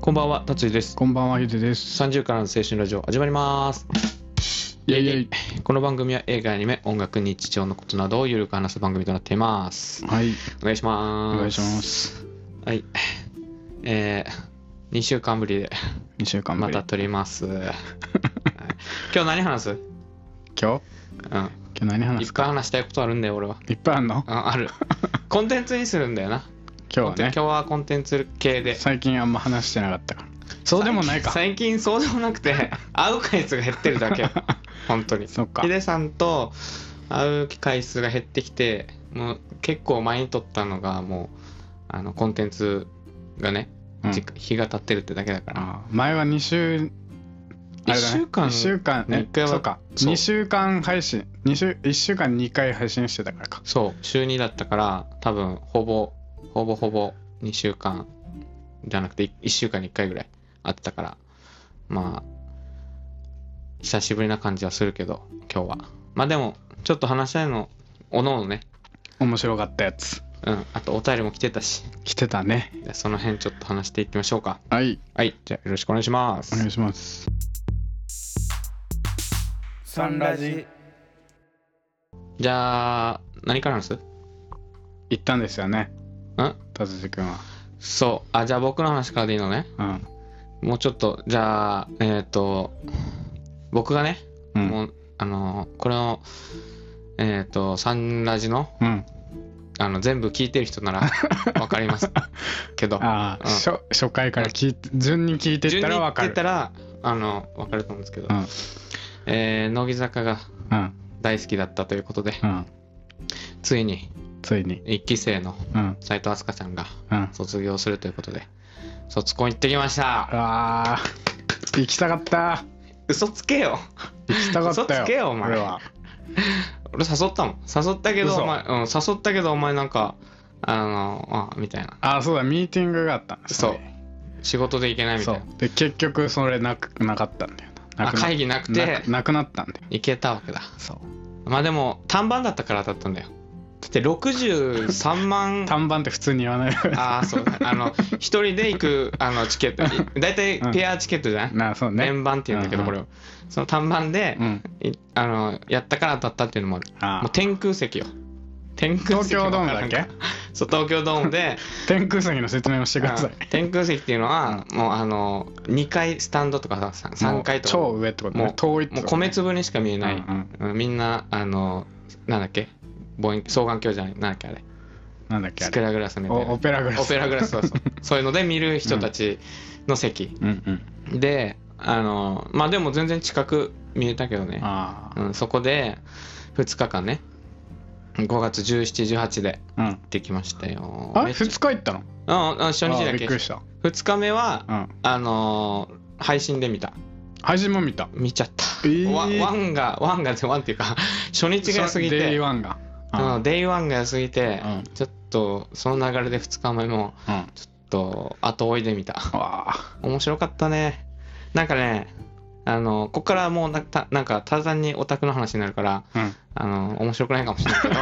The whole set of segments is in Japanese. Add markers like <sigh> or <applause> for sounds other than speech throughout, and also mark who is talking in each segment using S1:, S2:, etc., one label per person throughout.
S1: こんばんは、達也です。
S2: こんばんは、ゆでです。
S1: 30からの青春ラジオ始まります。
S2: いやいやい
S1: この番組は映画、アニメ、音楽、日常のことなどをゆるく話す番組となっています。
S2: はい、
S1: お願いし
S2: お
S1: ます。
S2: 願いしま。す。
S1: はい。えー、2週間ぶりで
S2: 2週間ぶ
S1: ま
S2: り。
S1: た撮ります。はい今日何話すうん。
S2: 今日
S1: 今
S2: 今日何話
S1: 日
S2: すか
S1: 話したいことあるんだよ、俺は。
S2: いっぱいあんの
S1: あ
S2: <laughs>
S1: ある。コンテンツにするんだよな。
S2: 今日は
S1: 今
S2: ね
S1: 日。はコンテンツ系で。
S2: 最近あんま話してなかったから。そうでもないか。
S1: 最近そうでもなくて会う回数が減ってるだ
S2: <laughs>
S1: けよ本当に
S2: そっか
S1: ヒ。デさんと会う回数が減ってきてもう結構前に撮ったのがもうあのコンテンツがね、
S2: うん
S1: 時日が経ってるってだけだから
S2: あー前は2週、あれだね
S1: 一週間
S2: 一週間、
S1: に一
S2: え
S1: 回は
S2: そうか。
S1: そう
S2: 2週間配信、二週、1週間2回配信してたからか。
S1: そう週2だったから多分ほぼほぼほぼ2週間じゃなくて1週間に1回ぐらい会ってたからまあ久しぶりな感じはするけど今日はまあでもちょっと話したいのおのおのね
S2: 面白かったやつ。
S1: うん、あとお便りも来てたし、
S2: 来てたね。
S1: じゃあその辺ちょっと話していきましょうか。
S2: はい、
S1: はい、じゃあよろしくお願いします。
S2: お願いします。
S3: サンラジ
S1: じゃあ、何から話す
S2: 行ったんですよね。
S1: ん
S2: 達治君は。
S1: そう、あ、じゃあ僕の話からでいいのね。
S2: うん。
S1: もうちょっと、じゃあ、えっ、と、僕がね、
S2: うん。
S1: もう、あの、これの、えっ、と、サンラジの、
S2: うん、
S1: あの、全部聞いてる人な
S2: <laughs>
S1: らわかりますけど、
S2: ああ、
S1: うん
S2: 初初回から聞いて順に聞いてったらわか
S1: 聞
S2: る
S1: いたら、あの、わかると思うんですけど、
S2: うん
S1: えー乃木坂が
S2: うん
S1: 大好きだったということで、
S2: うん
S1: ついに
S2: ついに
S1: 1期生の
S2: うん
S1: 斉藤飛鳥ちゃんが
S2: うん
S1: 卒業するということで卒コン行ってきました
S2: あー行きたかった
S1: 嘘つけよ
S2: 行きたかった
S1: 嘘
S2: よ
S1: つけよお前
S2: 俺は
S1: 俺誘ったもん誘ったけど
S2: 嘘
S1: お前、うん、誘ったけどお前なんかあのあみたいな
S2: あーそうだミーティングがあったんです
S1: そう仕事で行けないみた
S2: そ
S1: いうな
S2: で結局それなくなかったんだよなな
S1: あ
S2: くな
S1: 会議なくて
S2: ななくなったんだよ
S1: 行けたわけだ
S2: そう
S1: まあでも短板だったからだったんだよだって63万
S2: <laughs> 短板って普通に言わない
S1: ああそうあの一人で行くあのチケット大体
S2: うん
S1: ペアチケットじゃない、
S2: <laughs> なそうね
S1: 連番っていうんだけど
S2: うん
S1: こ
S2: うん
S1: れを、その短板で、
S2: うん
S1: いあのやったから当たったっていうのもある
S2: あ
S1: もう
S2: ー
S1: 天空石よ。天空
S2: 東
S1: 石
S2: 京ドームだっ
S1: わ
S2: け
S1: からんか <laughs> そう、東京ドームで、
S2: 天空杉の説明をしてください
S1: あ <laughs> 天空石っていうのは、もうあの、2階スタンドとかさ、3階とか、
S2: もう超上ってこと
S1: も
S2: ね
S1: う
S2: 遠いってこ
S1: もう
S2: とね
S1: 米粒にしか見えない、
S2: うんうん
S1: うんみんな、あの、なんだっけ望遠双眼鏡じゃない、なんだっけあれ、
S2: なんだっけあ
S1: スク
S2: れ
S1: ラグラスみたいな。
S2: おオペラグラス
S1: オペラグラス、そうそう。そういうので見る人たちの席。
S2: <laughs> うんうん
S1: で、あの、まあでも全然近く見えたけどね。
S2: あ
S1: うん、そこで、2日間ね、5月17、18で、
S2: あうん
S1: 行ってきましたよ。
S2: あ
S1: め
S2: れ
S1: っちゃ
S2: 2日行ったの
S1: うんうん、初日
S2: あ
S1: だ
S2: ーび
S1: け
S2: っく。りした
S1: 二日目は、
S2: うん
S1: あのー配信で見た。
S2: 配信も見た
S1: 見ちゃった。
S2: えー
S1: ワンワンが、ワンが、ワンっていうか、 <laughs> 初日が良すぎ
S2: そうデイ
S1: て、
S2: ワンが
S1: うんデイワンが良すぎて
S2: うん、
S1: ちょっと、その流れで二日目も、
S2: うんわ
S1: ちょっと、後追いで見た。 <laughs>
S2: あ
S1: 面白かったね。なんかね、あのここからもうなたなんかただ単にオタクの話になるから
S2: うん
S1: あの面白くないかもしれない
S2: <laughs>
S1: けど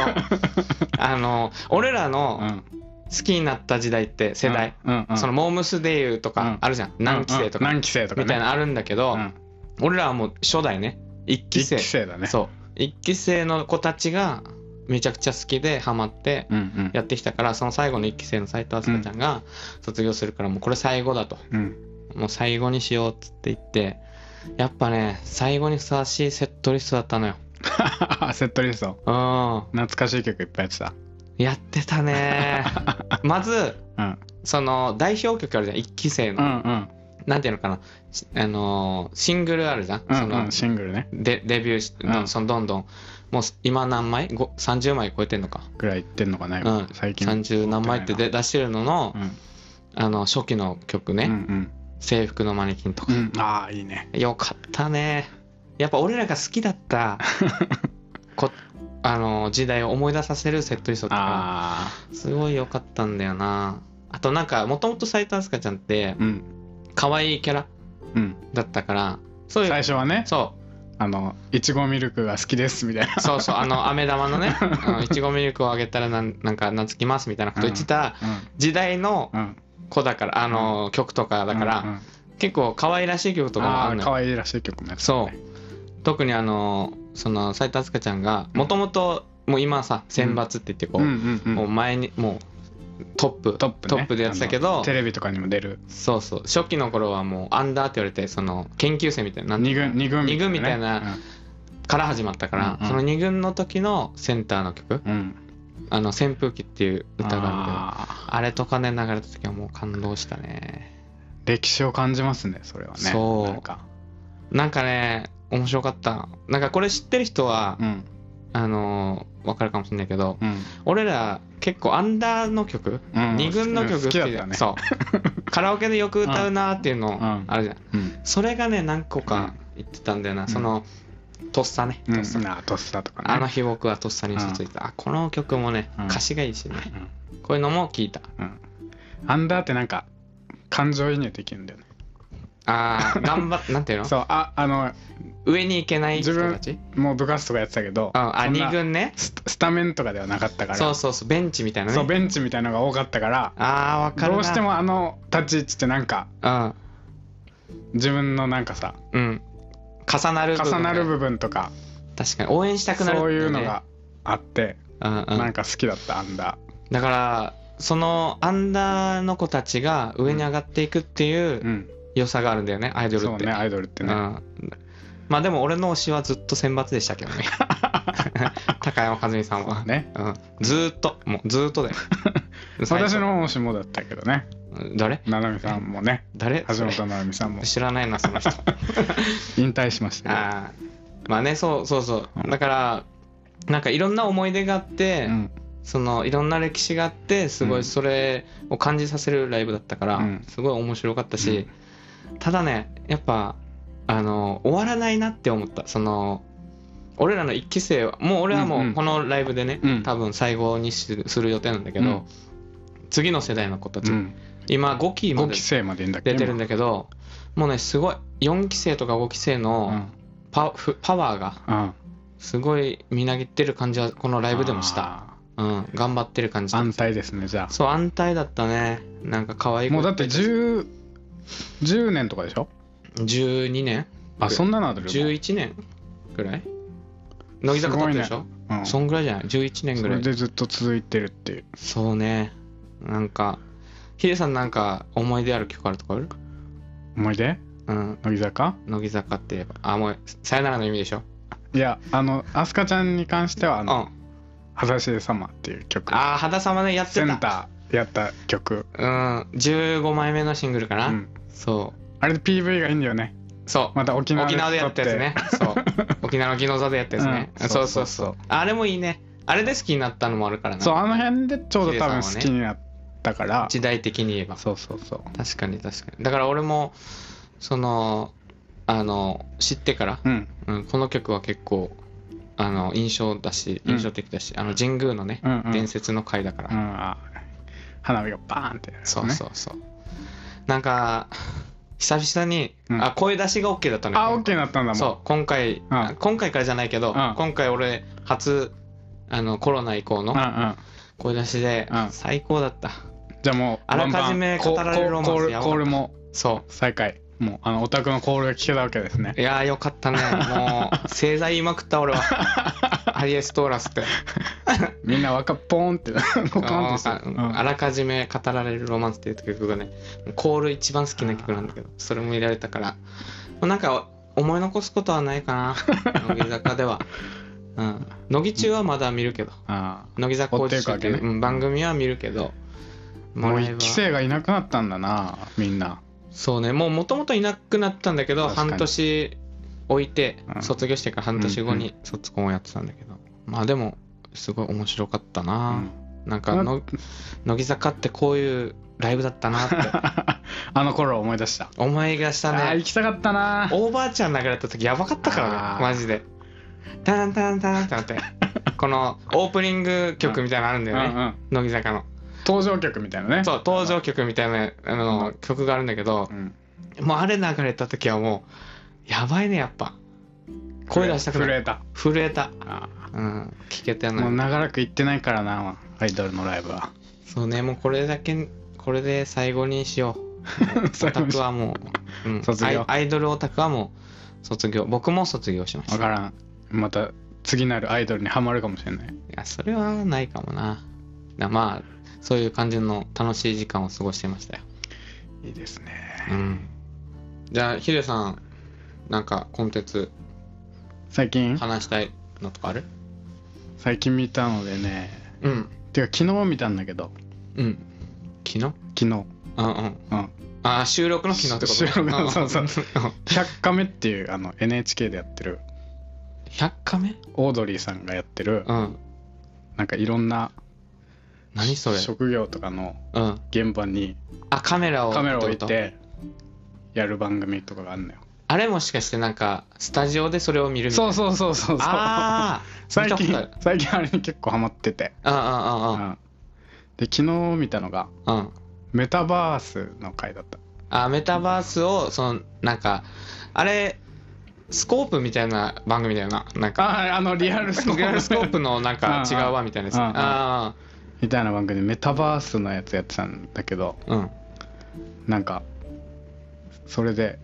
S1: あの俺らの
S2: うん
S1: 好きになった時代って世代、
S2: うんうん
S1: そのモームスデイユとかあるじゃん、何期生とか
S2: うんうん何期生とかね
S1: みたいなのあるんだけど、
S2: うん
S1: 俺らはもう初代ね1期
S2: 一
S1: 生
S2: 期生だね
S1: そう1期生の子たちがめちゃくちゃ好きでハマって
S2: うんうん
S1: やってきたからその最後の1期生の斉藤飛鳥ちゃんが卒業するからもうこれ最後だと
S2: うん <laughs>
S1: もう最後にしようっつって言ってやっぱね最後にふさわしいセットリストだったのよ
S2: セットリスト
S1: うん
S2: 懐かしい曲いっぱいやってた
S1: やってた
S2: <laughs>
S1: ねまず
S2: うん
S1: その代表曲あるじゃん1期生の、
S2: うんうん
S1: なんていうのかな、しあのーシングルあるじゃん、
S2: う
S1: そ
S2: んう
S1: の
S2: んシングルね
S1: でデビューし、
S2: うん
S1: そのどんどん、もう今何枚ご ?30 枚超えてんのか。
S2: ぐらい行ってんのかな
S1: うん
S2: 今、最近
S1: 30何枚ってで出してるのの,、
S2: うん
S1: あの初期の曲ね、
S2: うん
S1: 制服のマネキンと
S2: う
S1: か、
S2: んうんああいいね
S1: よかったねやっぱ俺らが好きだった
S2: <laughs>
S1: こあのー時代を思い出させるセットリストだったか
S2: あ
S1: らすごいよかったんだよなあとなんかもともと斉藤飛鳥ちゃんって
S2: あうん
S1: 可愛いキャラ
S2: うん
S1: だったからそうい
S2: 最
S1: う
S2: 初はね
S1: そう
S2: あのいちごミルクが好きですみたいな
S1: そうそう、あの、飴玉の
S2: <laughs>
S1: ね、うんいちごミルクをあげたらなん、なんか、懐きますみたいなこと言ってた
S2: うん
S1: 時代の
S2: うん
S1: 子だから、あの、曲とかだから、
S2: うんうん
S1: 結構可愛らしい曲とかもあ
S2: あ
S1: る
S2: ー
S1: の
S2: 可
S1: よ。
S2: 愛いらしい曲もやってた
S1: そ
S2: ね
S1: う。特にあの、その、斉藤飛鳥ちゃんが、もともと、もう今はさ、選抜って言ってこう、
S2: んうん
S1: も
S2: う
S1: うん前に、もう、トップ、
S2: トップね
S1: でやってたけ
S2: あ
S1: ど
S2: の、テレビとかにも出る
S1: そうそう、初期の頃はもう、アンダーって言われて、その、研究生みたいな、なんて
S2: 二
S1: いうの
S2: 軍二軍
S1: 二軍みたい
S2: ね
S1: な、から始まったから、
S2: うんうん
S1: その2軍の時のセンターの曲
S2: うんうん
S1: 「あの扇風機」っていう歌があるけどあ
S2: あ
S1: れとかね流れた時はもう感動したね
S2: ー歴史を感じますねそれはね
S1: そう
S2: なんか
S1: なんかね面白かったなんかこれ知ってる人は、
S2: うん
S1: あのー、分かるかもしれないけど
S2: うん
S1: 俺ら結構アンダーの曲、
S2: うん
S1: 二2軍の曲
S2: 好きだったね
S1: そう
S2: <laughs>
S1: カラオケでよく歌うなーっていうの
S2: ん
S1: あるじゃん、
S2: うん
S1: それがね何個か言ってたんだよな、そのとっさね、
S2: うん
S1: とっさ
S2: なあとっさとかね
S1: あの日僕はとっさに嘘ついた、あこの曲もね
S2: うん
S1: 歌詞がいいしね、こういうのも聞いた
S2: うんアンダーってなんか感情移入できるんだよね
S1: ああ頑張ってなんていうの
S2: <laughs> そうああの
S1: 上に行けない人たち
S2: もう部活とかやってたけど
S1: ああ
S2: そんな
S1: 2軍ね
S2: ススタメンとかではなかったから
S1: そうそうそうベンチみたいなね
S2: そうベンチみたいなのが多かったから
S1: ああわかるな
S2: どうしてもあの立ち位置ってなんか
S1: うん
S2: 自分のなんかさ
S1: うん重なる部分
S2: 重なる部分とか
S1: 確かに応援したくなる
S2: そういう
S1: ね
S2: のがあって
S1: うんう
S2: なん
S1: ん
S2: か好きだったアンダ
S1: だからそのアンダーの子たちが上に上がっていくってい
S2: ーう
S1: うん良さがあるんだよねアイドル
S2: そう
S1: って
S2: ねアイドルってね
S1: うんまあでも俺の推しはずっと選抜でしたけど
S2: <laughs>
S1: ね高山和美さんは
S2: ね
S1: うん、ずーっともうずーっとだよ最
S2: <laughs> 私
S1: 初
S2: の推しもだったけどね
S1: 誰
S2: ななみさんも
S1: <laughs>
S2: ね
S1: 誰
S2: 橋本ななみさんも
S1: 知らないなその人
S2: 引退しました
S1: あーまあねそうそうそううんだからなんかいろんな思い出があって、
S2: けどうん
S1: そのいろんな歴史があってすご
S2: う
S1: い
S2: ん
S1: それを感じさせるライブだったから、
S2: うん
S1: すごい面白かったし、ただねやっぱあの終わらないなって思ったその俺らの一期生はもう俺は
S2: うん
S1: も
S2: う
S1: うんこのライブでね、
S2: うん
S1: 多分最後にするする予定なんだけど、
S2: うん
S1: 次の世代の子たち、
S2: うん
S1: 今5期ま
S2: 5
S1: で
S2: 期生までいいんだっけ
S1: 出てるんだけどもうねすごい4期生とか5期生
S2: 今
S1: のパ,、フパワーが
S2: うんうん
S1: すごいみなぎってる感じはこのライブでもした、う
S2: あ
S1: ん、頑張ってる感じ
S2: ー安泰ですねじゃ
S1: そう安泰だったねなんか可愛い
S2: あ
S1: 子
S2: もうだって 10, 10年とかでしょ
S1: 12年
S2: あそんなのある
S1: 11年ぐらい乃木坂だったでしょ、
S2: うん
S1: そんぐらいじゃない11年
S2: そ
S1: ぐら
S2: れ
S1: い
S2: でずっと続いてるっていう
S1: そうねなんかヒデさんなんか思い出ある曲あるとかある
S2: 思い出
S1: うん
S2: 乃木坂
S1: 乃木坂って言えばあもうさよならの意味でしょ
S2: いやあの飛鳥ちゃんに関してはあ
S1: う
S2: の
S1: ん
S2: 「はざしで様」っていう曲
S1: ああ肌様ねやって
S2: セ
S1: た
S2: ンターやった曲、
S1: うん15枚目のシングルか
S2: う
S1: な、
S2: ん、
S1: そ
S2: あれで PV がいいんだよね
S1: うそう、
S2: また沖縄
S1: 沖縄でやったやつねそう <laughs> 沖縄のギノザでやったやつね、
S2: うん
S1: そうそうそうあれもいいねあれで好きになったのもあるからな
S2: そうあの辺でちょうど多分
S1: ヒデさんはね
S2: 好きになったから、
S1: 時代的に言えば
S2: そうそうそう
S1: 確かに確かにだから俺もそのあの知ってから、
S2: うん
S1: うん、この曲は結構あの印象だし
S2: うん
S1: 印象的だし、あの神宮のね、
S2: うんうん
S1: 伝説の回だから、
S2: うんあ花火がバーンってやるやつ
S1: そ
S2: ね、
S1: うそうそうなんか久々に、
S2: うん
S1: あ声出しが OK だったね
S2: あオッケーになったんだもん
S1: そう今回、
S2: ん
S1: あ今回からじゃないけど、
S2: うん
S1: 今回俺初あのコロナ以降
S2: う
S1: の
S2: んうん
S1: 声出しで、
S2: うん
S1: 最高だった
S2: じゃあもう
S1: あらかじめ
S2: バンバン
S1: 語られるロマンス
S2: コール
S1: やばかった
S2: コールも
S1: そ
S2: 再開もうあのオタクのコールが聞けたわけですね
S1: ういやーよかっ
S2: <laughs>
S1: たねもう正座言いまくった俺はアリエストーラスって
S2: みんな若っぽーんって
S1: <laughs>
S2: ポカンとして
S1: あ
S2: る、う
S1: ああ
S2: ん、
S1: らかじめ語られるロマンスっていう曲がねコール一番好きな曲なんだけどそれも入れられたからもうなんか思い残すことはない
S2: <laughs>
S1: かな乃木坂では、うん、乃木中はまだ見るけど
S2: あ
S1: 乃木坂
S2: 追ってる
S1: 中
S2: か
S1: っていう
S2: わけ
S1: うん番組は見るけど
S2: ーもう
S1: ライブ
S2: 一
S1: は
S2: 期生がいなくなったんだなみんな
S1: そうねもうもともといなくなったんだけど
S2: 確かに
S1: 半年置いて
S2: うん
S1: 卒業してから半年後に卒コンをやってたんだけど、まあでもすごい面白かったな、なんかの乃木坂ってこういうライブだったなって
S2: <laughs> あの頃を思い出した
S1: 思いがした
S2: あー
S1: ね
S2: 行きたかったな
S1: おばあちゃん流れた時やばかったから
S2: あ
S1: ね
S2: ー
S1: マジでタンタンタンってなってこのオープニング曲みたいなのあるんだよね、
S2: うんうん
S1: 乃木坂の
S2: 登場曲みたいなね
S1: そう登場曲みたいなあの、
S2: うん
S1: 曲があるんだけど、
S2: うん
S1: もうあれ流れた時はもうやばいねやっぱ声出したくな
S2: 震
S1: い
S2: えた
S1: 震えた
S2: あ
S1: うん聞けて
S2: ー
S1: な
S2: もう
S1: い <laughs>
S2: 長らく行ってないからなアイドルのライブは
S1: そうねもうこれだけこれで最後にしよう。オ
S2: 最後
S1: タ
S2: にし
S1: クはもう、うん
S2: 卒業
S1: アイアイドルオタクはもう卒業。僕も卒業しました。
S2: わからんまた次なるアイドルにはまるかもしれない
S1: いや、それはないかもな。だまあ、そういう感じの楽しい時間を過ごしてましたよ。
S2: いいですね
S1: うん。じゃあ、ヒデさん、なんかコンテンツ
S2: 最近
S1: 話したいのとかある
S2: 最近見たのでね
S1: うん。
S2: てか昨日見たんだけど
S1: うん。昨日
S2: 昨
S1: う
S2: 日
S1: んうん。
S2: うん
S1: ああ、収録の昨日ってこと
S2: <laughs> 収録の
S1: ん
S2: そうそうん
S1: <laughs>
S2: 「100カメ」っていうあの NHK でやってる
S1: 100カメ
S2: オードリーさんがやってる
S1: うん。
S2: なんかいろんな
S1: 何それ
S2: 職業とかの
S1: うん。
S2: 現場に
S1: あ、カメラを。
S2: カメラを置い
S1: ってこと。
S2: てやる番組とかがあんのよ
S1: あれもしかしてなんか、スタジオでそれを見るみたい
S2: そ
S1: な。
S2: うそうそうそうそう
S1: ああ
S2: <laughs> 最
S1: 見た
S2: 近
S1: こと
S2: 最近あれに結構ハマってて
S1: あ
S2: うんで昨日見たのが
S1: うんうんうん。うん。
S2: メタバースの回だった
S1: あメタバースをそのなんかあれスコープみたいな番組だよななんか
S2: ああのリアルスコープ
S1: リアルスコープのなんか違
S2: <laughs> うんうん
S1: うわみたいなやつ
S2: うんうん
S1: あ
S2: みたいな番組でメタバースのやつやってたんだけど
S1: あうん
S2: なんかそれで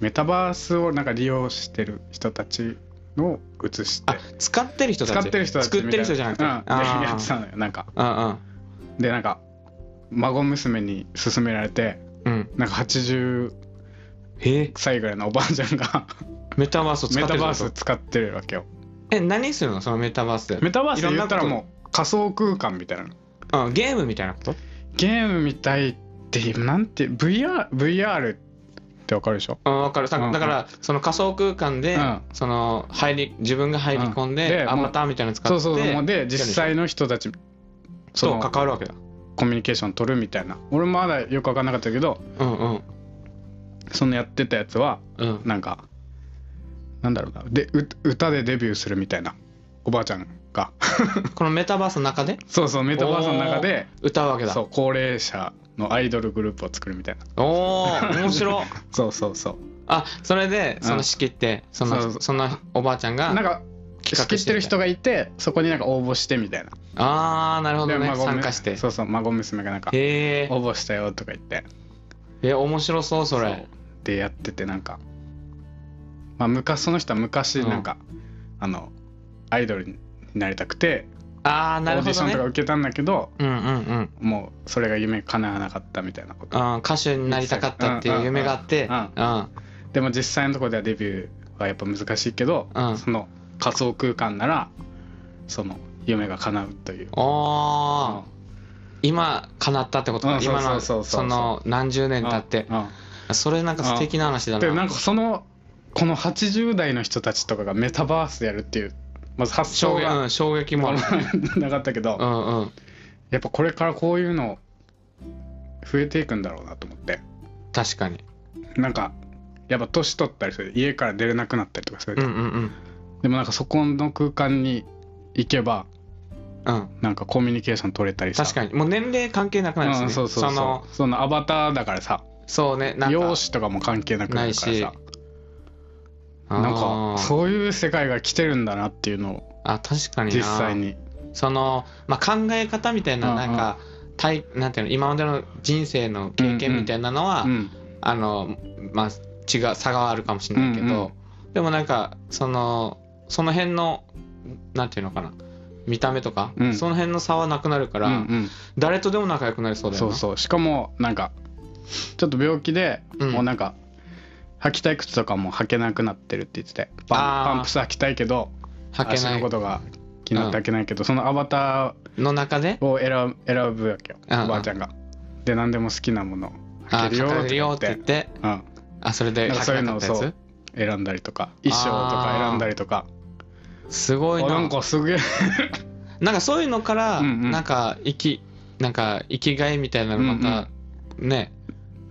S2: メタバースをなんか利用してる人たちを映して
S1: あ使ってる人たち
S2: 使ってる人たち
S1: 作ってる人じゃなくて
S2: うん
S1: あ
S2: で <laughs> やって
S1: あ
S2: たのよなんか
S1: うん
S2: でなんか孫娘に勧められて
S1: うんうん
S2: なんか80
S1: え
S2: 歳ぐらいのおばあちゃんが
S1: メタバースを使
S2: メ
S1: って
S2: タ
S1: る
S2: バー
S1: って
S2: ス
S1: こ
S2: <laughs> 使ってるわけよ
S1: とえ何するのそのメタバースで
S2: メタバース
S1: いろん
S2: 言
S1: な
S2: っ
S1: こ
S2: た
S1: と
S2: らもう仮想空間みたいなの
S1: うんゲームみたいなこと
S2: ゲームみたいっていうなんて VR, VR ってわかるでしょ
S1: うんわかるさ
S2: うんうん
S1: だからその仮想空間で
S2: うん
S1: その入り自分が入り込ん
S2: うん
S1: で
S2: で
S1: アバターみたいなの使
S2: そう
S1: って
S2: そうそうで実際の人たちそ
S1: と
S2: の
S1: 関わるわけだ
S2: コミュニケーション取るみたいな俺もまだよく分かんなかったけど
S1: うんうん
S2: そのやってたやつは
S1: うん
S2: <laughs> なんかなんだろうなでう歌でデビューするみたいなおばあちゃんが <laughs>
S1: このメタバースの中で
S2: そうそうメタバースの中で
S1: 歌うわけだ
S2: そう高齢者のアイドルグループを作るみたいな
S1: おー面白
S2: <laughs> そうそうそう
S1: あそれで
S2: うん
S1: その仕切ってそんな
S2: そうそう
S1: そんなおばあちゃん
S2: なん
S1: が
S2: か
S1: 企
S2: 仕
S1: 画
S2: 切っ
S1: して
S2: て
S1: る
S2: る人がいてそこになんか応募してみたいな
S1: ああなるほど
S2: で
S1: ね
S2: 孫娘
S1: 参加して
S2: そうそう孫娘がなんか
S1: へー
S2: 応募したよとか言って
S1: え面白そうそれ
S2: うでやっててなんか、まあ、昔その人は昔なんか、あのアイドルになりたくて
S1: ああ
S2: オ
S1: なる
S2: ー
S1: ほ
S2: ディシ
S1: ど
S2: ョンとか
S1: ね
S2: 受けたんだけど、
S1: うんうんうん
S2: もうそれが夢叶わなかったみたいなこと
S1: あー歌手になりたかったっていう夢があって
S2: うんでも実際のところではデビューはやっぱ難しいけど、
S1: うん
S2: その仮想空間ならその夢が叶うとい
S1: う
S2: う。
S1: んおー今叶ったってこと
S2: う
S1: か
S2: ん
S1: 今
S2: そ
S1: の
S2: うそうそうそう
S1: その何十年経って
S2: うんうん
S1: それなんか素敵な話だ
S2: でな
S1: なん
S2: かそのこの80代の人たちとかがメタバースやるっていうまず発
S1: 衝
S2: 想
S1: 撃
S2: が
S1: うん衝撃もある
S2: なかったけど、
S1: うんうん
S2: やっぱこれからこういうの増えていくんだろうなと思って
S1: 確かに
S2: なんかやっぱ年取ったりする家から出れなくなったりとかする
S1: う
S2: じ
S1: ん
S2: ゃ、
S1: うんん
S2: でもなんかそこの空間に行けば
S1: うんうん
S2: なんかコミュニケーション取れたりさ
S1: 確かにもう年齢関係なくなるんですね、
S2: うん、そうそうそうそ
S1: の
S2: のアバターだからさ
S1: そうねなんか
S2: 容姿とかも関係なくなるから
S1: ない
S2: さ
S1: し
S2: なん
S1: あ
S2: か
S1: ー
S2: そういう世界が来てるんだなっていうのを
S1: あ確かにな
S2: 実際に
S1: その、まあ、考え方みたいな
S2: うんう
S1: なんんか、たいなんていうの今までの人生の経験みたいなのは、
S2: うん
S1: あのまあ違う差があるかもしれないけど、
S2: うんうん
S1: でもなんかそのその辺のなんていうのかな見た目とか、
S2: うん
S1: その辺の差はなくなるから、
S2: うんうん
S1: 誰とでも仲良くなりそうだよ
S2: そ
S1: な
S2: うそうしかもなんかちょっと病気で、
S1: うん
S2: もうなんか履きたい靴とかも履けなくなってるって言っててパ
S1: あ
S2: ン
S1: ー
S2: パンプス履きたいけど
S1: はけ
S2: 足
S1: な
S2: の
S1: い
S2: ことが気になって履けないけど、そのアバタ
S1: の中で
S2: ーを選ぶ選ぶわけよ、
S1: うんうん
S2: おばあちゃんが。で何でも好きなもの
S1: あ
S2: 履けるよ
S1: 書けるよっ
S2: ってて
S1: 言
S2: 言
S1: っ
S2: って
S1: て
S2: うん、
S1: あそれで
S2: なんか
S1: 書け
S2: そういう
S1: なかっ
S2: のを
S1: たや
S2: そう
S1: つ
S2: 選んだりとか衣装とか選んだりとか
S1: す
S2: あ
S1: ごいな
S2: なんかすげえ
S1: なんかそういうのから、
S2: うんうん
S1: なんか生きなんか生きがいみたいなのまた、ね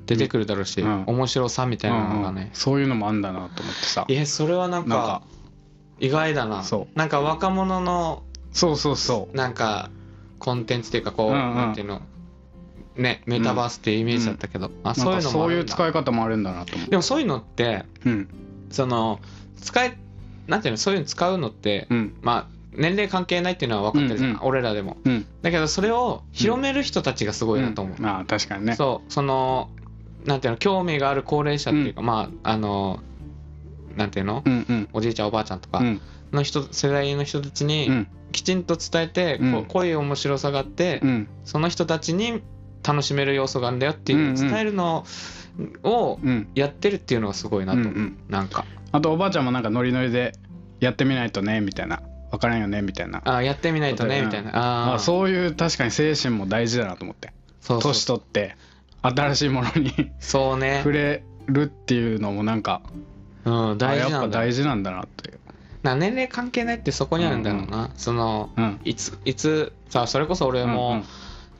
S1: 出てくるだろうし、
S2: うん
S1: 面白さみたいなのがね、
S2: そういうのもあんだなと思ってさ
S1: いやそれはなんか
S2: なんか
S1: 意外だな
S2: そ
S1: なんか若者の
S2: そうそうそ
S1: なんかコンテンツっていうかこう、
S2: うんうん
S1: なんていうのねメタバースっていうイメージだったけど、あ
S2: う
S1: そう
S2: ないん
S1: う
S2: か
S1: のも
S2: そ
S1: あ
S2: うい
S1: る
S2: うん
S1: だ
S2: 使い方もあるんだなと思って
S1: でもそういうのって
S2: うん
S1: その使えなんていうのそういうの使うのって、
S2: うん
S1: まあ年齢関係ないっていうのは分かってるじゃん、
S2: うんうん
S1: 俺らでも
S2: うん
S1: だけどそれを広める人たちがすごいなと思う、
S2: んああ確かにね
S1: そうそのなんていうの興味がある高齢者っていうか、まああのなんていうの、
S2: うんうん
S1: おじいちゃんおばあちゃんと
S2: う
S1: か
S2: ん
S1: の人、世代の人たち
S2: う
S1: に
S2: ん
S1: きちんと伝えて、
S2: うん
S1: こうこういう面白さがあって、
S2: うん
S1: その人たちに楽しめる要素があるんだよっていう伝えるのを
S2: うん
S1: やってるっていうのがすごいな
S2: う
S1: と
S2: んう
S1: 思う、
S2: ん
S1: なんか
S2: あとおばあちゃんもなんかノリノリでやってみないとねみたいな分からんよねみたいな
S1: あやってみないとね
S2: うん
S1: みたいなあ
S2: あ
S1: ーそう
S2: そういう確かに精神も大事だなと思って
S1: そうそう
S2: 年取って新しいものに <laughs>
S1: ね
S2: 触、れるっていうのもなんか
S1: うん、
S2: あ
S1: 大
S2: や
S1: 事
S2: っ
S1: な
S2: ぱ
S1: んだ
S2: 大事なんだなっていう
S1: な年齢関係ないってそこにあるんだろうな、その
S2: うん
S1: いついつさそれこそ俺も、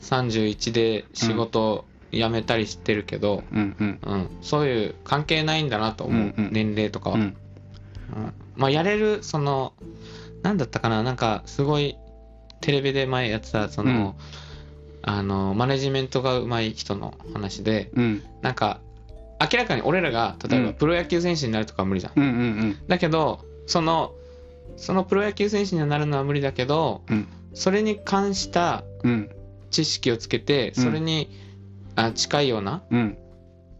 S1: 31で仕事辞めたりしてるけど、
S2: うんうん
S1: うんそういう関係ないんだなと思う、
S2: うんうん
S1: 年齢とかは、
S2: う
S1: うん
S2: ん
S1: まあやれるそのなんだったかななんかすごいテレビで前やってたその、あのマネジメントが上手い人の話で
S2: うん
S1: なんか明らかに俺らが例え
S2: う
S1: ば
S2: ん
S1: プロ野球選手になるとかは無理じゃん、
S2: うんうん
S1: だけどそのそのプロ野球選手にはなるのは無理だけど
S2: うん
S1: それに関した
S2: うん
S1: 知識をつけて
S2: うん
S1: それに、あ近いような
S2: うん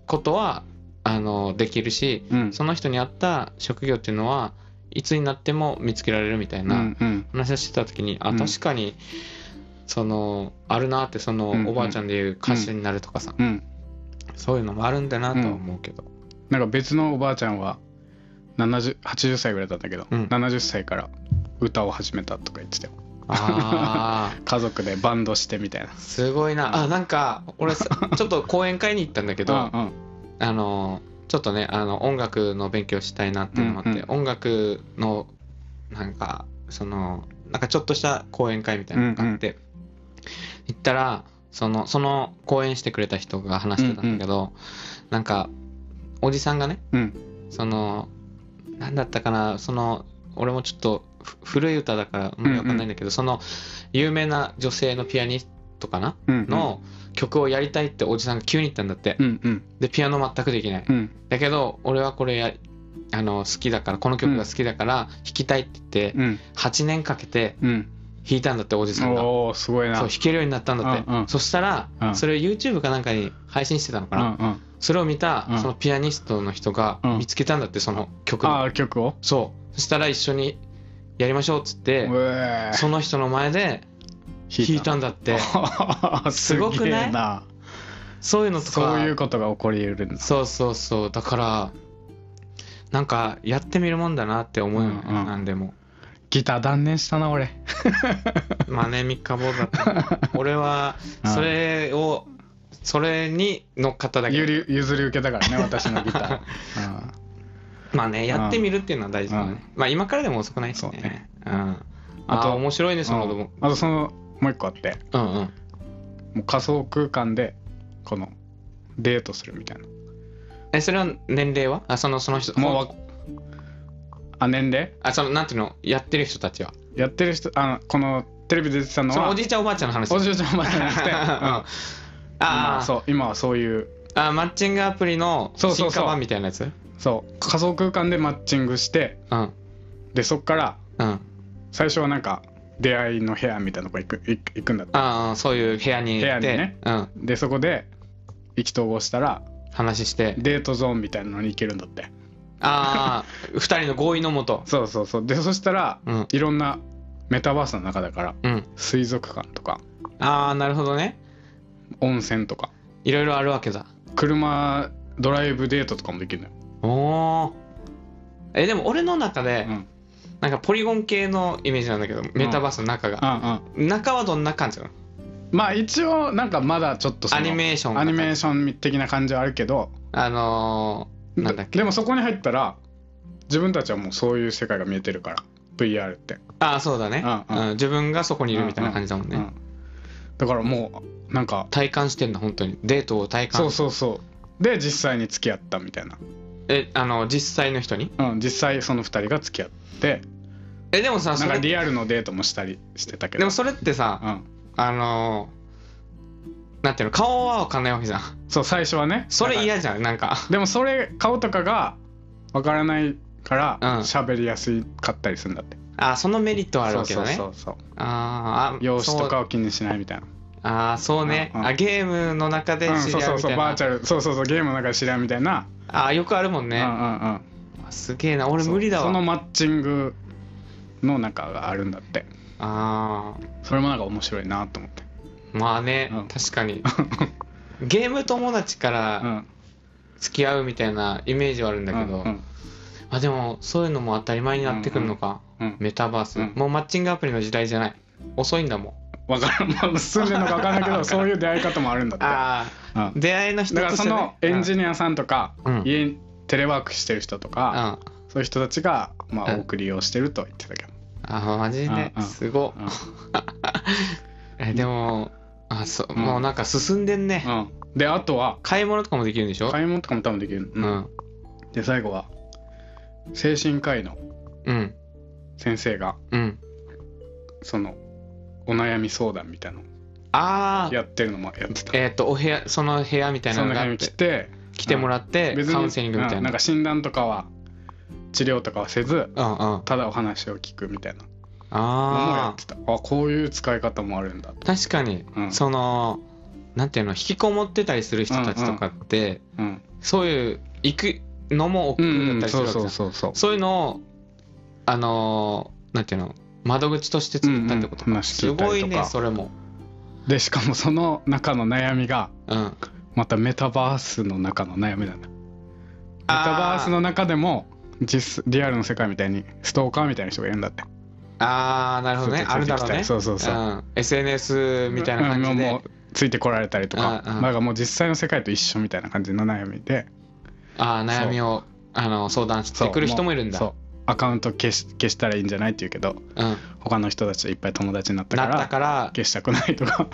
S1: ことはあのできるし
S2: うん
S1: その人に合った職業っていうのはいつになっても見つけられるみたいうなん
S2: うん
S1: 話をしてた時に、
S2: う
S1: あ
S2: ん
S1: 確かにそのあるなってその、
S2: うんうん
S1: おばあちゃんでいう歌手になるとかさ、
S2: うん
S1: そういうのもあるんだなとは思うけど、
S2: なんか別のおばあちゃんは70 80歳ぐらいだったけど、
S1: うん
S2: 70歳から歌を始めたとか言ってたよ
S1: ああ
S2: 家族でバンドしてみたいな
S1: すごいなあなんか俺
S2: <laughs>
S1: さちょっと講演会に行ったんだけど、
S2: うん
S1: あのちょっとねあの音楽の勉強したいなっていうのもあって、
S2: うんうん
S1: 音楽のなんかそのなんかちょっとした講演会みたいなのがあって、行ったらそのその講演してくれた人が話してたんだけど、なんかおじさんがね
S2: うんうん
S1: そのなんだったかなその俺もちょっとふ古い歌だからあんまりわかんないんだけど、その有名な女性のピアニストかな
S2: うん
S1: の曲をやりたいっておじさんが急に言ったんだって、
S2: うんうん
S1: でピアノ全くできない。
S2: うん
S1: だけど俺はこれやあの好きだからこの曲が好きだから弾きたいって言って、
S2: うん
S1: 8年かけて
S2: うん
S1: 弾いたんだっておじさんが
S2: おおすごいな
S1: そう弾けるようになったんだって、
S2: うんうん
S1: そしたら、
S2: うん
S1: それを YouTube かなんかに配信してたのか
S2: うん
S1: な、
S2: うん
S1: それを見た、
S2: うん
S1: そのピアニストの人が
S2: うん
S1: 見つけたんだってその曲
S2: あ
S1: を
S2: あ曲を
S1: そうそしたら一緒にやりましょうっつって、
S2: うえー
S1: その人の前で弾いたんだって
S2: てすごくね
S1: そういうのとか
S2: そういうことが起こり得るんだ
S1: そうそうそうだからなんかやってみるもんだなって思うよね、
S2: うんうん
S1: 何でも
S2: ギター断念したな俺
S1: まあね三日坊主だ
S2: <laughs>
S1: った俺はそれをそれに乗っかっただ
S2: ゆ
S1: け
S2: り譲り受けた
S1: <laughs>
S2: からね私のギターうん
S1: まあねやってみるっていうのは大事だね、
S2: うん
S1: まあ今からでも遅くないし
S2: そう
S1: ね
S2: ね
S1: うんあ
S2: あ
S1: と
S2: と
S1: 面白いねその子も、
S2: あとそのもう一個あって
S1: うん、うん
S2: もう仮想空間でこのデートするみたいな
S1: えそれは年齢はあそのその人
S2: もう
S1: そ
S2: わ
S1: の
S2: あ年齢
S1: あそのなんていうのやってる人たちは
S2: やってる人あのこのテレビで出てたの
S1: その
S2: は
S1: おじいちゃんおばあちゃんの話
S2: おじいちゃんまでじゃなく
S1: <laughs>
S2: て、
S1: う
S2: うんん
S1: あ
S2: 今は
S1: あ
S2: そう今はそういう
S1: あマッチングアプリの
S2: そうそうそ
S1: 進
S2: う
S1: 化版みたいなやつ
S2: そう仮想空間でマッチングして
S1: うん
S2: でそっから
S1: うん
S2: 最初はなんか出会いの部屋みたいなとこ行く行く行くんだって
S1: ああそういう部屋に行って
S2: 部屋にね
S1: うん、
S2: でそこで意気投合したら
S1: 話して
S2: デートゾーンみたいなのに行けるんだって
S1: ああ二人の合意のもと
S2: そうそうそうでそしたら
S1: うん
S2: いろんなメタバースの中だから
S1: うん
S2: 水族館とか
S1: ああなるほどね
S2: 温泉とか
S1: いろいろあるわけだ
S2: 車ドライブデートとかもできるのよ、
S1: おおえでも俺の中
S2: う
S1: で、
S2: ん、うん
S1: なんかポリゴン系のイメージなんだけどメタバースの中が、
S2: う
S1: 中はどんな感じなの
S2: んまあ一応なんかまだちょっとそ
S1: ア
S2: の
S1: ニメーションが
S2: アニメーション的な感じはあるけど
S1: あのー、なんだっけ
S2: でもそこに入ったら自分たちはもうそういう世界が見えてるから VR って、
S1: ああそうだね、
S2: うんうん
S1: うん自分がそこにいるみたいな感じだもんね、
S2: うん、だからもうなんか
S1: 体感してんだ本当にデートを体感
S2: そうそうそうで実際に付き合ったみたいな、
S1: えあの実際の人に
S2: うん、実際その2人が付き合って
S1: えでもさ
S2: な
S1: そ
S2: んか
S1: れで
S2: リアルのデートもしたりしてたけど
S1: もそれってさ、
S2: うん、
S1: あのー、なんていうの顔は分かんないわけじゃん
S2: そう最初はね
S1: それ
S2: だか
S1: 嫌じゃんなんから
S2: でもそれ顔とかがわからないから
S1: うん
S2: 喋りやすかったりするんだって、
S1: あそのメリットはあるわけだね
S2: そうそうそう
S1: あーあ
S2: 容姿
S1: そ
S2: と
S1: う
S2: かを気にしないみたい
S1: あ
S2: な
S1: ーそうね、
S2: うんうん
S1: あゲームの中で
S2: うん
S1: 知
S2: そう
S1: り合
S2: そうう
S1: み
S2: そ
S1: た
S2: う
S1: い
S2: バー
S1: な
S2: チャルそうそうそうゲームの中で知り合うみたいな、
S1: あーよくあるもん
S2: うんう
S1: ね、
S2: んうん
S1: あすげえな俺
S2: そう
S1: 無理だ
S2: その
S1: わ
S2: マッチングの中があるんだって
S1: あ
S2: それもなんか面白いなと思って
S1: ーまあね、
S2: うん
S1: 確かにゲーム友達
S2: <laughs>
S1: から付き合うみたいなイメージはあるんだけど、
S2: うん
S1: あでもそういうのも当たり前になってくるのか、
S2: うんうん
S1: メタバース、
S2: うん
S1: もうマッチングアプリの時代じゃない遅いんだもん
S2: わからんまあ進んでるのか分かんないけ
S1: わからん
S2: どそういう出会い方もあるんだって
S1: ああ
S2: うん
S1: 出会いの人
S2: だか
S1: と
S2: ら
S1: して
S2: そ
S1: ね
S2: のエンジニアさんとか、
S1: うん
S2: 家にテレワークしてる人と
S1: うん
S2: か、
S1: あ
S2: そういう人たちが、まあ、
S1: うん
S2: 多く利用してると言ってたけど、
S1: あマジで
S2: うんうん
S1: すごっ
S2: うん
S1: えでもあそう、
S2: うん
S1: もうなんか進んでんね、
S2: うんであとは
S1: 買い物とかもできるんでしょ
S2: 買い物とかも多分できる、
S1: う
S2: うん
S1: ん
S2: で最後は精神科医の
S1: うん
S2: 先生が
S1: うん
S2: そのお悩み相談みたいなの
S1: ああ
S2: やってるのもやってた
S1: えっ、とお部屋その部屋みたいな
S2: そ
S1: の
S2: の
S1: があっ
S2: 辺来
S1: て
S2: て
S1: 来てもらってカウンセリングみた
S2: う
S1: い
S2: ん
S1: な
S2: なんか診断とかは治療とかはせず
S1: うんうんあ
S2: ただお話を聞くみたいなのもや
S1: あ
S2: ってたあこういう使い方もあるんだと、
S1: 確かに、
S2: うん
S1: そのなんていうの引きこもってたりする人たちとかって、
S2: うん、
S1: そういう行くのも億
S2: う
S1: 劫だっ
S2: ん
S1: たりす
S2: そ
S1: る
S2: う
S1: わけじゃん、
S2: そうそうそう
S1: そういうのをあのーなんていうの窓口として作ったってことか、
S2: うんうん話聞いたりとか
S1: すごいねそれも
S2: でしかもその中の悩みが
S1: うんメ
S2: またメタバースの中の悩みなんだメタバースの中でも実リアルの世界みたいにストーカーみたいな人がいるんだって
S1: あーなるほどね
S2: そう
S1: あるだろうね、
S2: そうそうそうん
S1: SNS みたいな感じで、
S2: うんもうもうついてこられたりとか
S1: う
S2: だ
S1: んうん
S2: からもう実際の世界と一緒みたいな感じの悩みで
S1: あー悩みをあの相談してくる人もいるんだ
S2: そうアカウント消し消したらいいんじゃないって言うけど
S1: うん、
S2: 他の人たちといっぱい友達になったか
S1: なっ
S2: ら
S1: たから
S2: 消したくないとか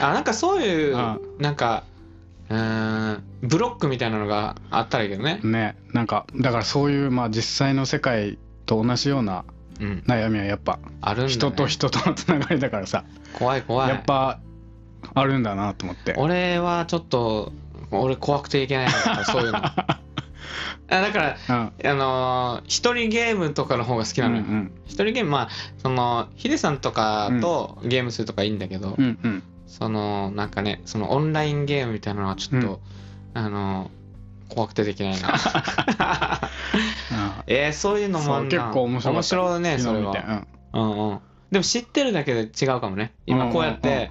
S1: あなんかそういう
S2: あ
S1: なんかうーんブロックみたいなのがあったらいいけどね、
S2: ねなんかだからそういうまあ実際の世界と同じような
S1: うん、
S2: 悩みはやっぱ
S1: あるんだ、ね、
S2: 人と人とのつながりだからさ
S1: 怖い怖い
S2: やっぱあるんだなと思 <laughs> って
S1: 俺はちょっと俺怖くていけないんだ
S2: <laughs>
S1: よそういうのあだから
S2: うん
S1: あのー一人ゲームとかの方が好き
S2: う
S1: なのよ、
S2: ん
S1: 一人ゲームまあそのヒデさんとかとゲームするとかいいんだけど、
S2: うんうん
S1: そのなんかねそのオンラインゲームみたいなのはちょっと、あのー怖くてできないな
S2: <laughs> あ
S1: えー、そういうのもあんな
S2: そう結構面白かった
S1: 面白いねそれ
S2: 昨日見て
S1: は、うんうん、でも知ってるだけで違うかもね今こうやっ
S2: うんうんうん
S1: て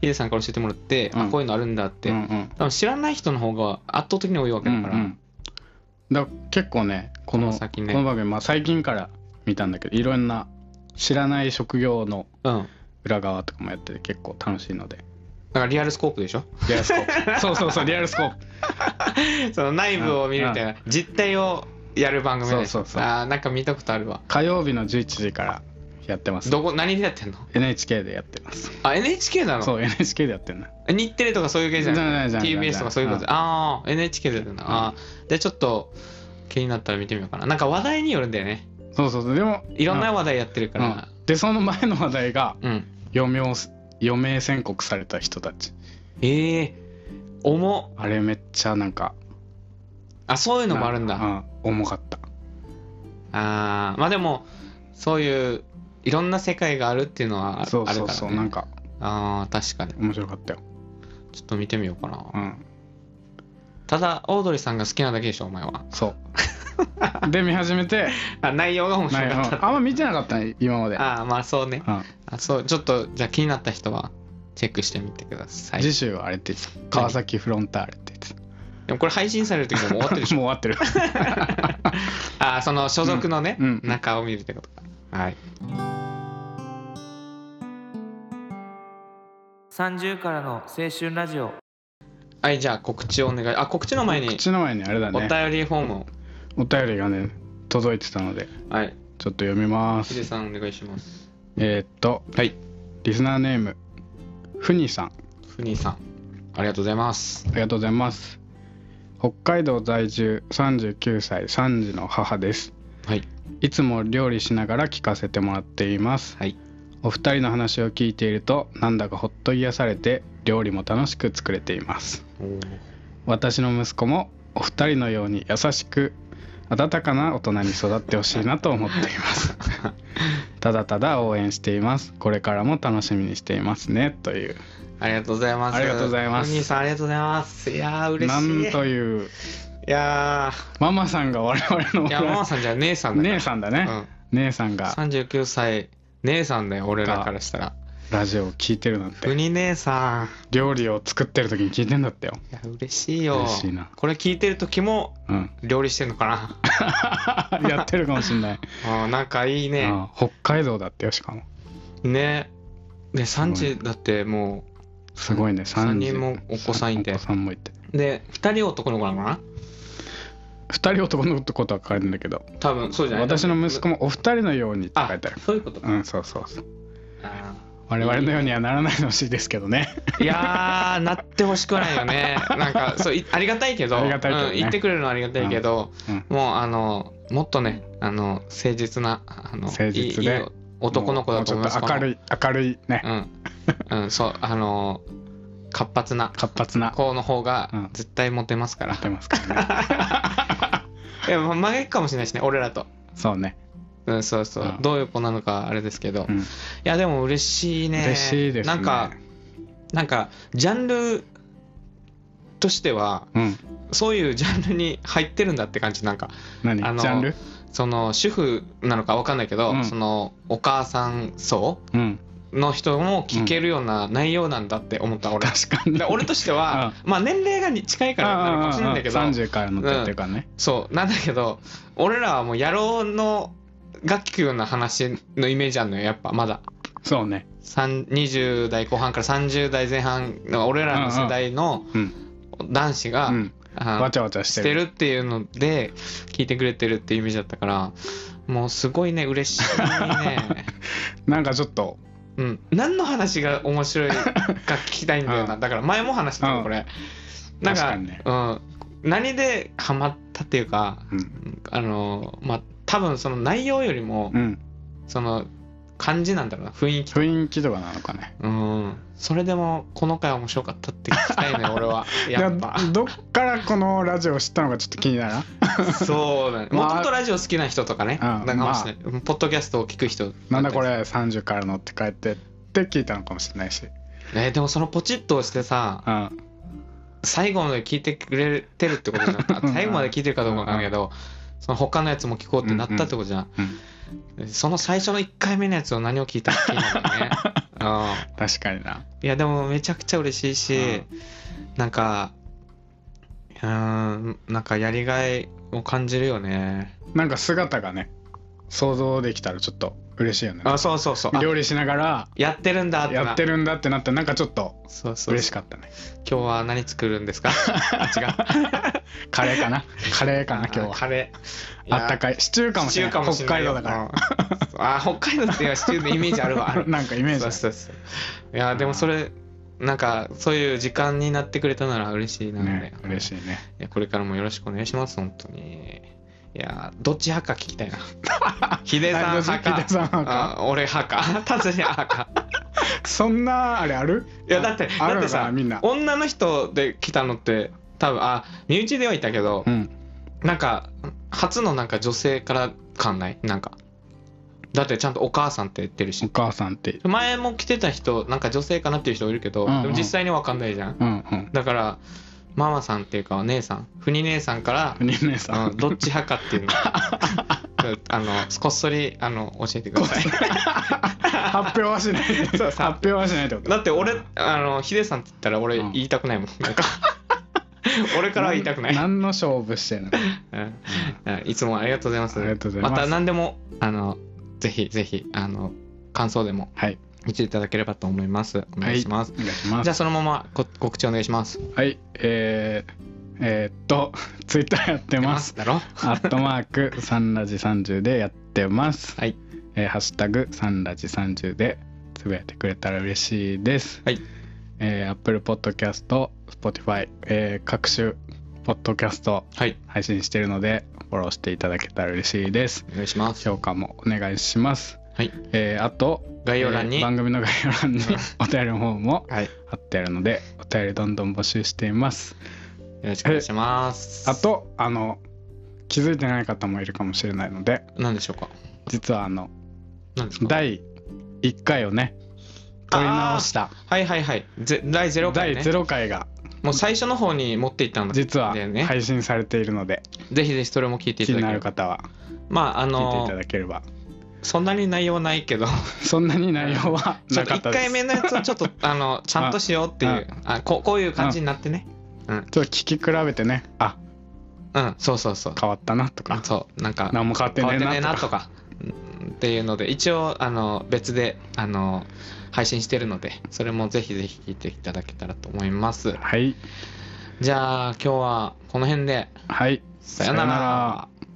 S1: ヒデさんから教えてもらって、
S2: う
S1: あ
S2: ん
S1: こういうのあるんだって、
S2: うんうん
S1: 多分知らない人の方が圧倒的に多いわけ
S2: うん
S1: だから、
S2: うんだから結構ねこ
S1: こ
S2: の
S1: の先ね
S2: この番組まあ最近から見たんだけどいろんな知らない職業の
S1: うん、だ
S2: 裏側とかもやってて結構楽しいので
S1: からリアルスコープでしょ <laughs>
S2: リアルスコープそうそうそうリアルスコープ
S1: その内部を見るみたいな実態をやる番組で
S2: そうそうそう
S1: あーなんか見たことあるわ
S2: 火曜日の11時からやってます
S1: どこ何でやってんの
S2: NHK でやってます
S1: あ NHK なの
S2: そう NHK でやってんの
S1: 日テレとかそういう系じゃない
S2: ないじゃないじゃない
S1: TBS とかそういうこと
S2: うん
S1: ああ NHK でやるな、あーでちょっと気になったら見てみようかななんか話題によるんだよね
S2: そうそうそうでも
S1: いろんな話題やってるか
S2: うん
S1: ら
S2: でその前の話題が
S1: うん、
S2: 余命を余命宣告された人たち
S1: ええ重っ
S2: あれめっちゃなんか
S1: あそういうのもあるんだ
S2: なうん、重かった
S1: あーまあでもそういういろんな世界があるっていうのはああるから、
S2: そう
S1: ね、
S2: そうそう、なんか
S1: あー確かに
S2: 面白かったよ
S1: ちょっと見てみようかな <laughs>
S2: うん
S1: ただオードリーさんが好きなだけでしょお前は
S2: そうで見始めて
S1: あ内容が面
S2: な
S1: 白
S2: い
S1: かっ
S2: うんあんま見てなかったね今まで、
S1: たあーまあそうね
S2: うん
S1: あそうちょっとじゃあ気になった人はチェックしてみてください
S2: 次週はあれって言ってた川崎フロンターレって言ってた
S1: でもこれ配信される時はもう終わってるでしょ
S2: <laughs> もう終わってる
S1: あーその所属のね、
S2: うんうん
S1: 中を見るってことかはい
S3: 30からの青春ラジオ
S1: はいじゃあ告知をお願いあ告知の前に
S2: 口の前にあれだ
S1: お
S2: ね
S1: 便りフォームを
S2: お便りがね届いてたので
S1: はい
S2: ちょっと読みま
S1: ヒデ
S2: す
S1: さんお願いします
S2: えーっと
S1: はい
S2: リスナーネームふにさん
S1: ふにさんありがとうございます
S2: ありがとうございます。北海道在住39歳3児の母です。
S1: はい
S2: いつも料理しながら聞かせてもらっています。
S1: はい
S2: お二人の話を聞いているとなんだかほっと癒されて料理も楽しく作れています。
S1: おー
S2: 私の息子もお二人のよう
S1: <laughs>
S2: に優しく温かな大人に育ってほしいなと思っています。ただただ応援していますこれからも楽しみにしていますねという
S1: ありがとうございます。
S2: ありがとうございます
S1: お兄さん、ありがとうございます。いやー、嬉
S2: な
S1: しい。
S2: んという
S1: いや
S2: ママさんが我々の
S1: ー、いや、ママさんじゃ姉さんだから。
S2: 姉さんだね、
S1: うん。
S2: 姉さんが
S1: 39歳、姉さんだよ、俺らからしたら。
S2: ラジオを聞いてるなんて
S1: 国姉さん。
S2: 料理を作ってる時に聞いてんだってよ、
S1: いや、嬉しいよ。
S2: 嬉しいな
S1: これ聞いてる時も、
S2: うん
S1: <laughs> 料理してんのか
S2: <laughs>
S1: な。
S2: やってるかもしんない、
S1: あーなんかいいね。
S2: うん北海道だってよしかも
S1: ね。で、3
S2: すごい
S1: 時だっても
S2: すごいね3
S1: 3人もお子さんいて
S2: お子さんもいて
S1: う、で、2人男の子なのか
S2: 2人男のことは書かれてんだけど
S1: な多分、そうじゃない
S2: 私の息子
S1: も。
S2: もお二人のようにって書い
S1: あ
S2: てある、
S1: そういうことか。
S2: うんそうそうそう
S1: あ
S2: 我々のようにはならないでほしいですけどね
S1: ーいやー、 <laughs> なってほしくないよね。なんか、そういありがたいけど、
S2: ありがたいけどね
S1: うん、言ってくれるのはありがたいけど、
S2: うん
S1: もう、あの、もっとね、あの、誠実な、あの、
S2: 誠実で
S1: いいいい男の子だと思います
S2: もうちょっと明るい明るいね、
S1: うん、うん、そう、あのー活発な
S2: 活発な
S1: 子の方
S2: う
S1: が
S2: ん
S1: 絶対モテますから
S2: なっ。てますからね
S1: いや、まあ真逆かもしれないしね、俺らと。
S2: そうね、
S1: うん、そうそう、
S2: うん
S1: どういう子なのかあれですけど、
S2: う
S1: い
S2: ん、
S1: やでも嬉しいね
S2: 嬉しいですね
S1: なんかなんかジャンルとしては
S2: うん
S1: そういうジャンルに入ってるんだって感じなんか
S2: 何ジ
S1: あの
S2: ャンル
S1: その主婦なのかわかんないけど、
S2: うん
S1: そのお母さん層
S2: うん
S1: の人も聞けるような内容なんだって思った、俺
S2: 確かに
S1: で俺としては、まあ年齢がに近いからなのかもしれないんだけど
S2: ああああ30からのっていうかね、
S1: そうなんだけど俺らはもう野郎のが聞くような話のイメージあるのよやっぱまだ
S2: そうね
S1: さん20代後半から30代前半の俺らの世代の
S2: うん
S1: 男子が、
S2: うん
S1: あの
S2: わちゃわちゃし
S1: してて
S2: る
S1: るっていうので聞いてくれてるっていうイメージだったからもうすごいね嬉しい
S2: <laughs>
S1: ね
S2: なんかちょっと
S1: うん何の話が面白いか聞きたいんだよな、
S2: う
S1: だから前も話したの
S2: うん
S1: これ、なん
S2: 確
S1: か
S2: かにね
S1: うん、何でハマったっていうか
S2: うん、
S1: あのまあ多分その内容よりも、
S2: うん、
S1: その感じなんだろうな雰囲気
S2: 雰囲気とかなのかね
S1: うんそれでもこの回面白かったって聞きた
S2: <laughs>
S1: いね俺はやっぱ
S2: いどっからこのラジオを知ったのかちょっと気にならん
S1: そうだね
S2: ま
S1: も
S2: あ
S1: ともとラジオ好きな人とかね
S2: うん
S1: なんかもしれない、ポッドキャストを聞く人
S2: なんだこれ30から乗って帰ってって聞いたのかもしれないし、
S1: えーでもそのポチッと押してさ
S2: うん、
S1: 最後まで聞いてくれてるってことじゃん
S2: うん
S1: 最後まで聞いてるかどうかわかんないけどその他のやつも聞こうってなったってことじゃん、その最初の1回目のやつを何を聞いたか聞いたんだ
S2: <laughs>
S1: よね、うん
S2: 確かにない
S1: やでもめちゃくちゃ嬉しいし、なんかうーんなんかやりがいを感じるよね
S2: なんか姿がね想像できたらちょっと嬉しいよね
S1: あそうそうそうあ
S2: 料理しなが
S1: やってるんだっ
S2: ら
S1: てな
S2: やってるんだってなってなんかちょっと
S1: そうそう
S2: 嬉しかったね
S1: 今日は何作るんですかあ違う
S2: カレーか
S1: <laughs>
S2: なカレーかな今日は
S1: カレー
S2: あったかいシチューかもしれない
S1: シチュー
S2: 北海道だから
S1: からあ北海道っていうのはシチューのイメージあるわある
S2: なんか <laughs> イメージあ
S1: そう
S2: る
S1: そうそういやでもそれなんかそういう時間になってくれたなら嬉しいなので、
S2: ね嬉しいね
S1: いやこれからもよろしくお願いします、本当に。いやー、どっち派か聞きたいな。
S2: <laughs>
S1: ヒデさん派か、
S2: ヒデさん派か
S1: あ俺派か、 <laughs> 達也派か。
S2: そんなあれある
S1: いや、だって、
S2: あ
S1: だっ
S2: るの
S1: て
S2: か
S1: さ
S2: な、みんな
S1: 女の人で来たのって、多分あ、身内ではいたけど
S2: う、ん
S1: なんか、初のなんか女性から感ないなんか。だって、ちゃんとお母さんって言ってる
S2: お
S1: し。
S2: 母さんって
S1: 前も来てた人、なんか女性かなっていう人いるけど、
S2: うんうん
S1: でも実際にわかんないじゃん。
S2: うんうん
S1: だから、ママさんっていうか、お姉さん、ふに姉さんから、
S2: お姉さ
S1: うん
S2: ん
S1: どっち派かって
S2: <laughs>
S1: いうのあのこっそりあの教えてください
S2: 発表はしない
S1: そう
S2: 発表はしないってこと
S1: だって俺あのヒデさんって言ったら俺
S2: うん
S1: 言いたくないもんなん
S2: <laughs>
S1: か俺からは言いたくない、
S2: 何の勝負してんの
S1: うんうんいつもありがとうございます
S2: ありがとうございます
S1: た何でもあのぜひぜひあの感想でも
S2: はい
S1: 見ていただければと思いますお願いします、
S2: お願いします
S1: じゃあそのままこ告知お願いします
S2: はい、えー、えーっと、 <laughs> ツイッターやってます。
S1: だろ
S2: アットマーク、サンラジ30でやってます。
S1: はい。
S2: えーハッシュタグ、サンラジ30でつぶやいてくれたら嬉しいです。
S1: はい。
S2: えー、Apple Podcast、Spotify、えー各種、ポッドキャスト
S1: はい
S2: 配信してるので、フォローしていただけたら嬉しいです。
S1: お願いします
S2: 評価もお願いします。
S1: はい
S2: えーあと、
S1: 概要欄に、
S2: えー番組の概要欄に <laughs> お便りの方も
S1: はいよ
S2: 貼ってあるので、お便りどんどん募集しています。
S1: ろしくお願いします
S2: あとあの気づいてない方もいるかもしれないので
S1: 何でしょうか
S2: 実はあの
S1: 何ですか
S2: 第1回をね取り直した
S1: はいはいはい。ぜ第0回、
S2: 第
S1: ね。
S2: 0回が
S1: もう最初の方に持っていったんだ
S2: 実は
S1: だよね。
S2: 配信されているので
S1: ぜひぜひそれも聞いていた
S2: 気
S1: だ
S2: に
S1: け
S2: な
S1: れ
S2: る
S1: ば。
S2: 方は
S1: まあ、あ
S2: 聞いてい
S1: の
S2: た、だければ
S1: そんなに内容ないけど、
S2: そんなに内容は
S1: ちょ
S2: な
S1: っと
S2: かっ
S1: 1
S2: たで
S1: 回
S2: す
S1: 目のやつをちょっ
S2: <laughs>
S1: と、あの、ちゃんとしようっていう、あここういう感じになってね。
S2: ちょっと聞き比べてねあ
S1: うん、そうそうそう。
S2: 変わったなとか
S1: そう、なんか、
S2: 何も変わって
S1: 変わ
S2: ね
S1: っ
S2: え
S1: てねえ
S2: な
S1: な
S2: と
S1: と
S2: か
S1: か。うんっていうので、一応、あの、別で、あの、配信してるので、それもぜひぜひ聞いていただけたらと思います。
S2: はい
S1: じゃあ、今日はこの辺で、
S2: はい
S1: さよな
S2: さよな
S1: ら
S2: ら。